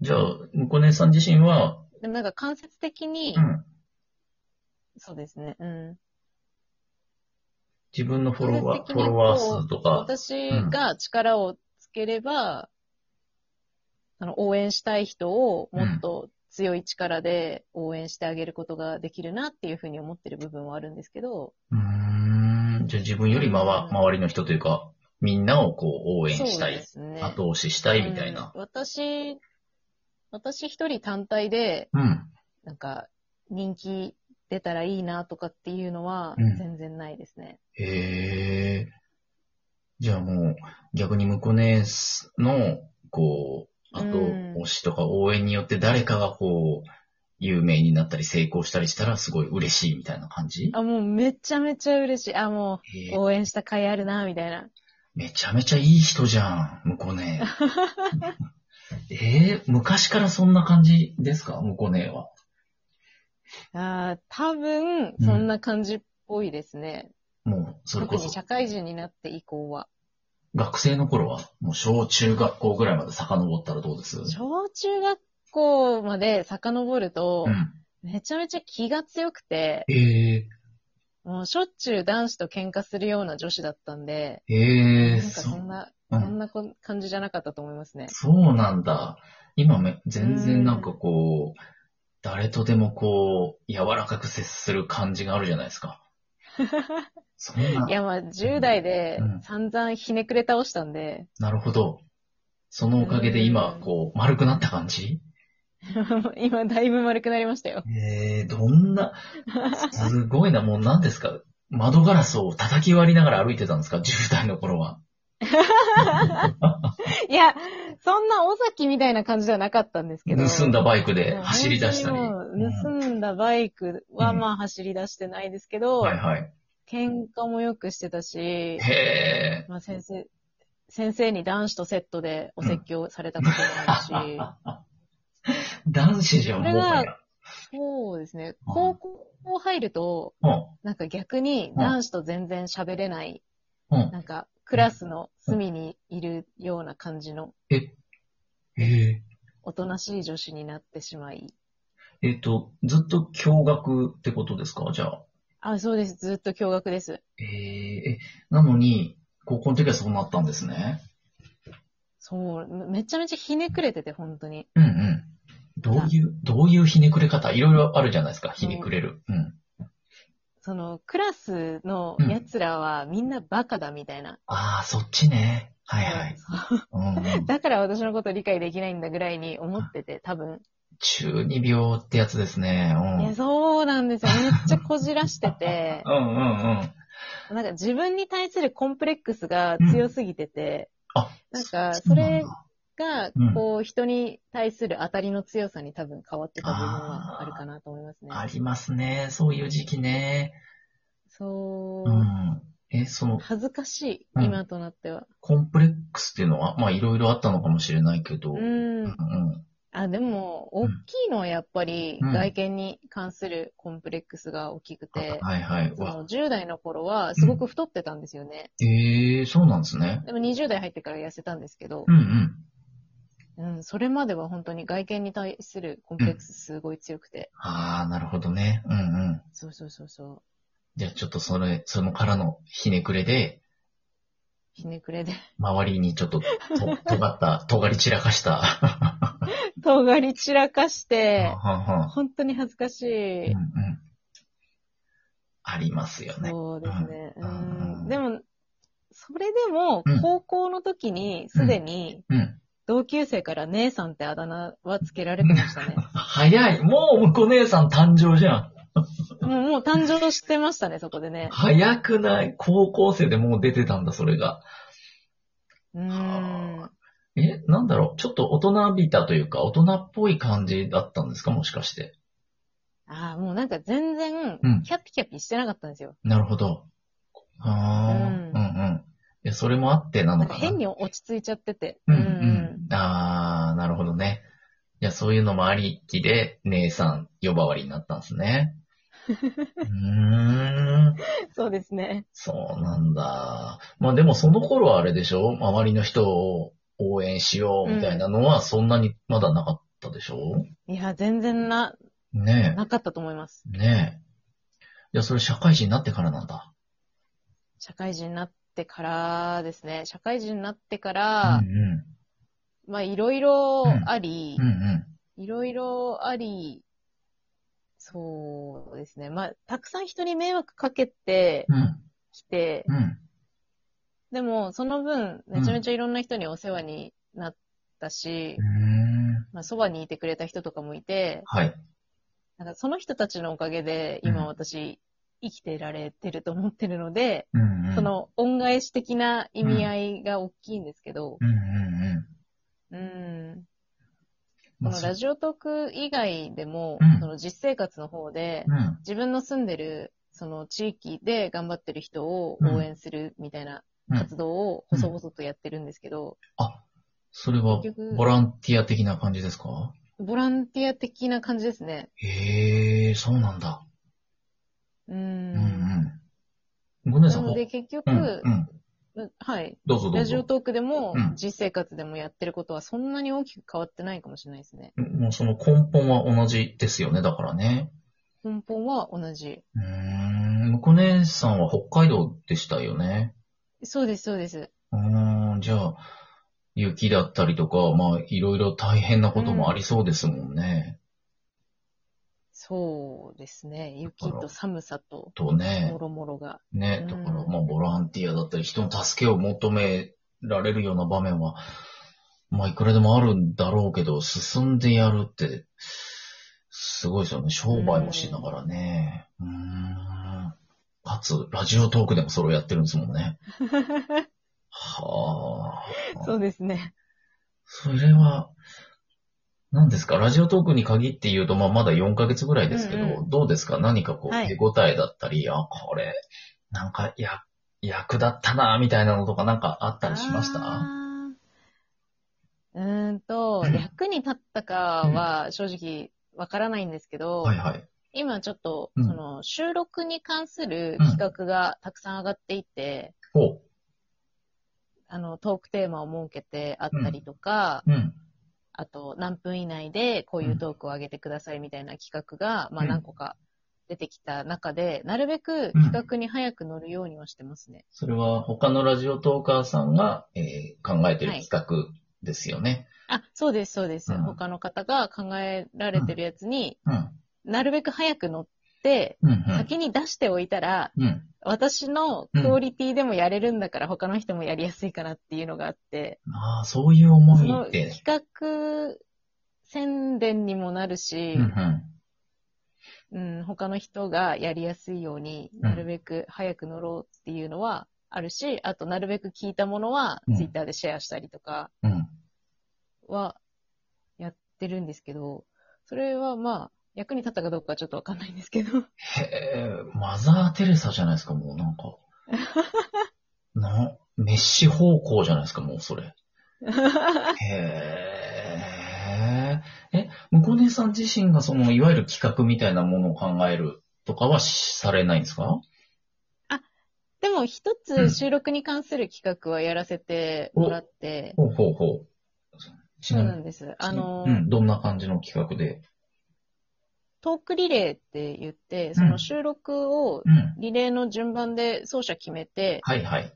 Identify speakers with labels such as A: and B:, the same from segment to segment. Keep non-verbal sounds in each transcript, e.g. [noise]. A: じゃあ、向こう姉さん自身は、
B: でもなんか間接的に、
A: うん、
B: そうですね。うん。
A: 自分のフォロワー、
B: 間接的
A: フ
B: に
A: ォロワー数とか、
B: 私が力をつければ、あの、応援したい人をもっと強い力で応援してあげることができるなっていうふうに思ってる部分はあるんですけど、
A: うーん、じゃあ自分よりまわ、周りの人というか、みんなをこう応援
B: そう
A: したい、
B: ですね。
A: 後押ししたいみたいな。
B: うん私、私一人単体で、
A: うん。
B: なんか、人気出たらいいなとかっていうのは
A: うん、
B: 全然ないですね。
A: へえ。じゃあもう、逆に向こう姉の、こう、後
B: うん
A: 押しとか応援によって誰かがこう、有名になったり成功したりしたらすごい嬉しいみたいな感じ
B: あ、もうめちゃめちゃ嬉しい。あ、も
A: へ
B: う、
A: え
B: 応援した甲斐あるな、みたいな。
A: めちゃめちゃいい人じゃん、向こうね。 [laughs] ええ昔からそんな感じですか向こうねは。
B: あー多分、
A: うん
B: そんな感じっぽいですね。
A: もう、それ
B: 特
A: こ
B: に
A: そ、
B: 社会人になって以降は。
A: 学生の頃は、もう小中学校ぐらいまで遡ったらどうです
B: 小中学校まで遡ると
A: う、ん。
B: めちゃめちゃ気が強くて、
A: ええ
B: もうしょっちゅう男子と喧嘩するような女子だったんで、
A: ええ
B: なんかそ
A: そ
B: んな、
A: う
B: そ
A: ん
B: んなこ感じじゃなかったと思いますね。、
A: そうなんだ。今め、全然なんかこう、誰とでもこう、柔らかく接する感じがあるじゃないですか。そんない
B: や、まあ、10代で
A: うん
B: 散々ひねくれ倒したんで、 [laughs]
A: なるほど。そのおかげで今
B: う、ん
A: こう、丸くなった感じ
B: 今、だいぶ丸くなり
A: [laughs]
B: ましたよ。
A: ええどんな、すごいな、もう何ですか窓ガラスを叩き割りながら歩いてたんですか ?10 代の頃は。
B: いや、そんな尾崎みたいな感じではなかったんですけど。
A: 盗んだバイク
B: い
A: で
B: や
A: 走り出したり。
B: 本当にもう盗んだバイクはまあ走り出してないですけど、
A: はいはい。
B: 喧嘩もよくしてたし、
A: へえ。
B: まあ先生、先生に男子とセットでお説教されたこともあるし、
A: [laughs] 男子じゃん、もうはや。
B: そうですね、高校入ると、
A: うん。
B: なんか逆に男子と全然喋れない、
A: うん。
B: なんかクラスの隅にいるような感じの
A: ええ
B: おとなしい女子になってしまい、
A: えっと、ずっと驚愕ってことですかじゃあ。
B: あ、そうです、ずっと驚愕です。
A: えええなのに、高校の時はそうなったんですね。
B: そう、めめちゃめちゃひねくれてて、本当に。
A: うんうん。どういう、どういうひねくれ方いろいろあるじゃないですか。ひねくれる。うん。
B: その、クラスの
A: うん
B: 奴らはみんなバカだみたいな。
A: ああ、そっちね。はいはい。うんうん、
B: だから私のこと理解できないんだぐらいに思ってて、多分。
A: 中二病ってやつですね。う
B: い
A: ん。、
B: やそうなんですよ。めっちゃこじらしてて [laughs]
A: うんうんうん。
B: なんか自分に対するコンプレックスが強すぎてて、
A: あ、
B: なんか、
A: そ
B: そう
A: なん
B: れ
A: だ。
B: が
A: うん、
B: こう、人に対する当たりの強さに多分変わってた部分はあるかなと思いますね。
A: ありますね。そういう時期ね。
B: そうう。
A: ん。え、その、
B: 恥ずかしい、
A: うん
B: 今となっては。
A: コンプレックスっていうのは、まあいろいろあったのかもしれないけど。
B: うん。
A: うん
B: あ、でも、大きいのはやっぱり、
A: うん
B: 外見に関するコンプレックスが大きくて、
A: はいはい。
B: そ
A: わ、
B: の10代の頃はすごく太ってたんですよね。
A: ええそうなんですね。
B: でも20代入ってから痩せたんですけど
A: う、んうん。
B: うん、それまでは本当に外見に対するコンプレックスすごい強くて、
A: ああ、なるほどね。うんうん。
B: そうそうそうそう、
A: じゃあちょっとそれ、そのからのひねくれで、
B: ひねくれで、 [laughs]
A: 周りにちょっとと、尖った、尖り散らか
B: [laughs]
A: した。
B: 尖り散らかし
A: は
B: て
A: ん、はん
B: 本当に恥ずかし
A: うんう
B: い。
A: ん。ありますよね。
B: そうですね。
A: う
B: うんん、でも、それでも
A: うん、
B: 高校の時にすでに、
A: うん。
B: 同級生から姉さんってあだ名はつけられてました
A: [laughs]
B: ね。
A: 早いもう、向こう姉さん誕生じゃん。
B: もう、もう誕生してましたね、そこ
A: [laughs]
B: でね。
A: 早くない高校生でもう出てたんだ、それが。
B: うーん。
A: え、なんだろうちょっと大人びたというか、大人っぽい感じだったんですかもしかして。
B: ああ、もうなんか全然
A: うん、
B: キャピキャピしてなかったんですよ。
A: なるほど。ああ、うん、
B: うん
A: うんうんいや、それもあってな
B: な
A: の
B: ん
A: か
B: か
A: な。
B: 変に落ち着いちゃってて。
A: うんうん。ああ、なるほどね。いや、そういうのもありきで、姉さん呼ばわりになったんですね。 [laughs] うーん。
B: うんそうですね。
A: そうなんだ。まあでもその頃はあれでしょ周りの人を応援しようみたいなのはそんなにまだなかったでしょ
B: いや、全然な、
A: ね
B: なかったと思います。
A: え。ねえ。いや、それ社会人になってからなんだ。
B: 社会人になってからですね。社会人になってか
A: うん
B: ら、
A: う
B: まあ、いろいろあり
A: ん。う、ん
B: いろいろあり、そうですね。まあ、たくさん人に迷惑かけて
A: うん。うん。
B: きて、
A: うん。
B: でも、その分、めちゃめちゃいろんな人にお世話になったし
A: う、ん。
B: まあ、そばにいてくれた人とかもいて、
A: はい。
B: なんかその人たちのおかげで、
A: う
B: 今
A: ん
B: 私、生きてられてると思ってるので、
A: うん、うん。
B: そ、の恩返し的な意味合いが大きいんですけど、
A: うんうんうん。
B: うん。こ
A: まあ
B: のラジオトーク以外でも、
A: うん
B: その実生活の方で、
A: うん。
B: 自分の住んでる、その地域で頑張ってる人を
A: うん
B: 応援するみたいな
A: うん
B: 活動を細々とやってるんですけど、
A: あ、それは
B: 結局
A: ボランティア的な感じですか
B: ボランティア的な感じですね。
A: へえ、そうなんだ。
B: う。
A: うんんうん。ごめんな
B: な
A: さい。
B: ので
A: ほ
B: 結局、
A: うん、うん。
B: なはい。
A: どうぞどうぞ。
B: ラジオトークでも
A: うん、
B: 実生活でもやってることはそんなに大きく変わってないかもしれないですね。
A: もうその根本は同じですよね、だからね。
B: 根本は同じ。
A: うーん、向こう姉さんは北海道でしたよね。
B: そうです、そうです。
A: うーん、じゃあ、雪だったりとか、まあ、いろいろ大変なこともありそうですもんね。
B: そうですね。雪と寒さと、
A: とね
B: も。ろもろが。
A: ね、
B: うん
A: だから、まあ、ボランティアだったり、人の助けを求められるような場面は、まあ、いくらでもあるんだろうけど、進んでやるって、すごいですよね。商売もしながらね。うーん。かつ、ラジオトークでもそれをやってるんですもんね。はあ。
B: そうですね。
A: それは、何ですかラジオトークに限って言うと、まあ、まだ4ヶ月ぐらいですけど、
B: うんう
A: どうですか何かこう、
B: はい
A: 手応えだったり、あ、これ、なんか、や、役立ったな、みたいなのとかなんかあったりしました
B: あーうーんと、
A: うん
B: 役に立ったかは正直わからないんですけど、
A: はいはい。
B: 今ちょっと、
A: うん
B: その収録に関する企画がたくさん上がっていて、
A: お
B: あの、トークテーマを設けてあったりとか、
A: うん。
B: あと何分以内でこういうトークを上げてくださいみたいな企画が、まあ
A: うん
B: 何個か出てきた中で、なるべく企画に早く乗るようにはしてますね。
A: それは他のラジオトーカーさんが、えー考えてる企画ですよね。
B: あ、そうです、そうです。
A: うん
B: 他の方が考えられてるやつに、
A: うん。
B: なるべく早く乗って、
A: うん、うん。
B: 先に出しておいたら、
A: うん。
B: 私のクオリティでもやれるんだから、他の人もやりやすいかなっていうのがあって、
A: ああ、そういう
B: そ
A: 思い
B: の
A: って。
B: 企画宣伝にもなるし
A: うん、、うん。
B: うん、他の人がやりやすいように、
A: ん
B: なるべく早く乗ろうっていうのはあるし、あとなるべく聞いたものは
A: うん
B: ツイッターでシェアしたりとか
A: うん。
B: はやってるんですけど、それはまあ、役に立ったかどうかはちょっとわかんないんですけど。 [laughs]
A: へえ、マザー・テレサじゃないですか、もうなんか。
B: [laughs]
A: な、メッシ方向じゃないですか、もうそれ。へえ。え、向こう姉さん自身がその、いわゆる企画みたいなものを考えるとかはしされないんですか
B: でも一
A: うん
B: つ収録に関する企画はやらせてもらって、
A: ほうほうほう。ち
B: そ
A: な
B: う
A: み
B: な
A: に、
B: んです。あの、
A: うん、どんな感じの企画で。
B: トークリレーって言って、その収録を
A: うん。
B: リレーの順番で走者決めて、
A: はいはい。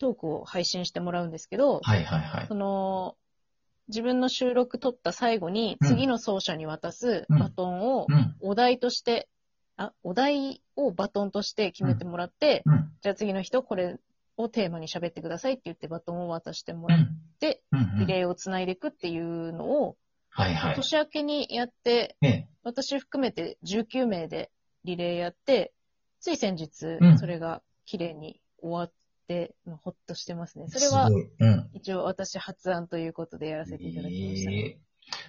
B: トークを配信してもらうんですけど、
A: はいはいはい
B: そ。の、自分の収録撮った最後に、
A: うん
B: 次の走者に渡すバトンを
A: うん。
B: お題として、あ、お題をバトンとして決めてもらって、
A: うん。
B: じゃあ次の人これをテーマに喋ってくださいって言ってバトンを渡しても
A: う
B: らっ
A: ん。
B: て、
A: うん。う
B: リ
A: ん。
B: レーをつないでいくっていうのを、
A: はいはい。
B: 年明けにやって、
A: ええ。
B: 私含めて19名でリレーやって、つい先日
A: うん、
B: それが綺麗に終わって、まあほっとしてますね。それ
A: す
B: は
A: ごい。うん。
B: 一応私発案ということでやらせていただきました。
A: ええ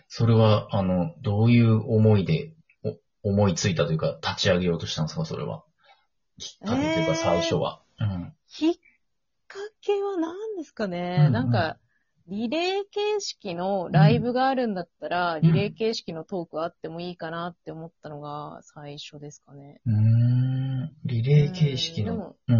A: それは、あの、どういう思いで、お思いついたというか、立ち上げようとしたんですか、それは。きっかけという
B: え
A: か、
B: え
A: 最初は。うん。
B: きっかけは何ですかね、
A: うんうん
B: なんか、リレー形式のライブがあるんだったら、
A: ん
B: リレー形式のトークあってもいいかなって思ったのが最初ですかね。
A: うーん。リレー形式
B: うんで
A: の。
B: も
A: うん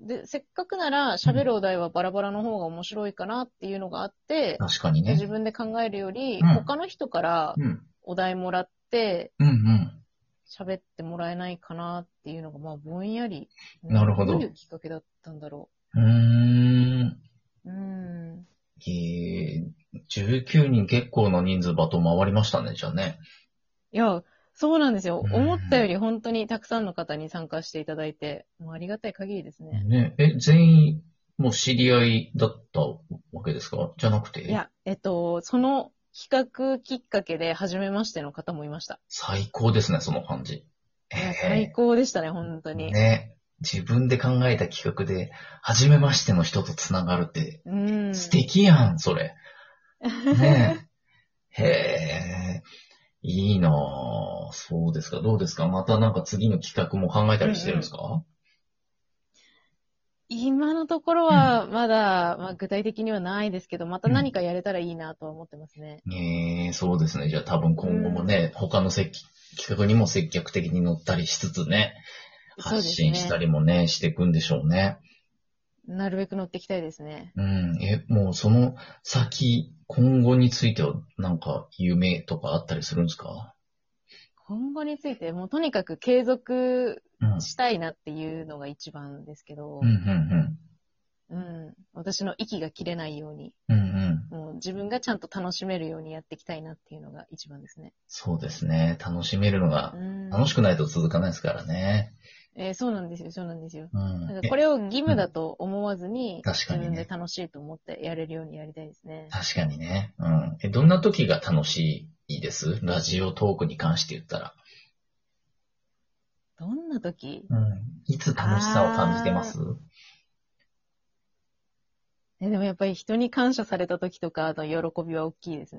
A: うん。
B: で、せっかくなら喋るお題はバラバラの方が面白いかなっていうのがあって、
A: 確かにね
B: 自。分で考えるより、
A: うん
B: 他の人から
A: うん。
B: お題もらって、
A: うんうん。
B: 喋ってもらえないかなっていうのが、まあ、ぼんやり。
A: なるほど
B: どういうきっかけだったんだろ
A: うーん。
B: う。うん。
A: えー、19人結構な人数バトン回りましたね、じゃあね。
B: いや、そうなんですよ。
A: うん
B: 思ったより本当にたくさんの方に参加していただいて、もうありがたい限りですね。
A: ね。え、全員、もう知り合いだったわけですかじゃなくて
B: いや、えっと、その企画きっかけで初めましての方もいました。
A: 最高ですね、その感じ。
B: いや
A: えー
B: 最高でしたね、本当に。
A: ね。自分で考えた企画で、初めましての人と繋がるって、
B: うん。
A: 素敵やん、そ
B: [laughs]
A: れ。ねえ。へえ。いいなぁ。そうですか。どうですかまたなんか次の企画も考えたりしてるんですか、
B: 今のところは、まだ、まあ、具体的にはないですけど、また何かやれたらいいなとは思ってますね。
A: ええそうですね。じゃあ多分今後もね、他のせ企画にも積極的に乗ったりしつつね、
B: そう
A: 発
B: です
A: 信した
B: ね。
A: りもね、していくんでしょうね。
B: なるべく乗っていきたいですね。
A: うん。え、もうその先、今後についてはなんか夢とかあったりするんですか
B: 今後について、もうとにかく継続
A: うん。うん、
B: したいなっていうのが一番ですけど、
A: うん、うん。
B: うん私の息が切れないように、
A: うん、うん。
B: もう自分がちゃんと楽しめるようにやっていきたいなっていうのが一番ですね。
A: そうですね。楽しめるのが
B: う、ん
A: 楽しくないと続かないですからね。
B: えーそうなんですよ、そうなんですよ。
A: う
B: だか
A: ん
B: ら。これを義務だと思わずに、
A: 確か
B: 自
A: に
B: 分
A: ね
B: で楽しいと思ってやれるようにやりたいですね。
A: 確かにね。うん。え、どんな時が楽しいですラジオトークに関して言ったら。
B: どんな時
A: うん。いつ楽しさを感じてます
B: えでもやっぱり人に感謝された時とかの喜びは大きいですね。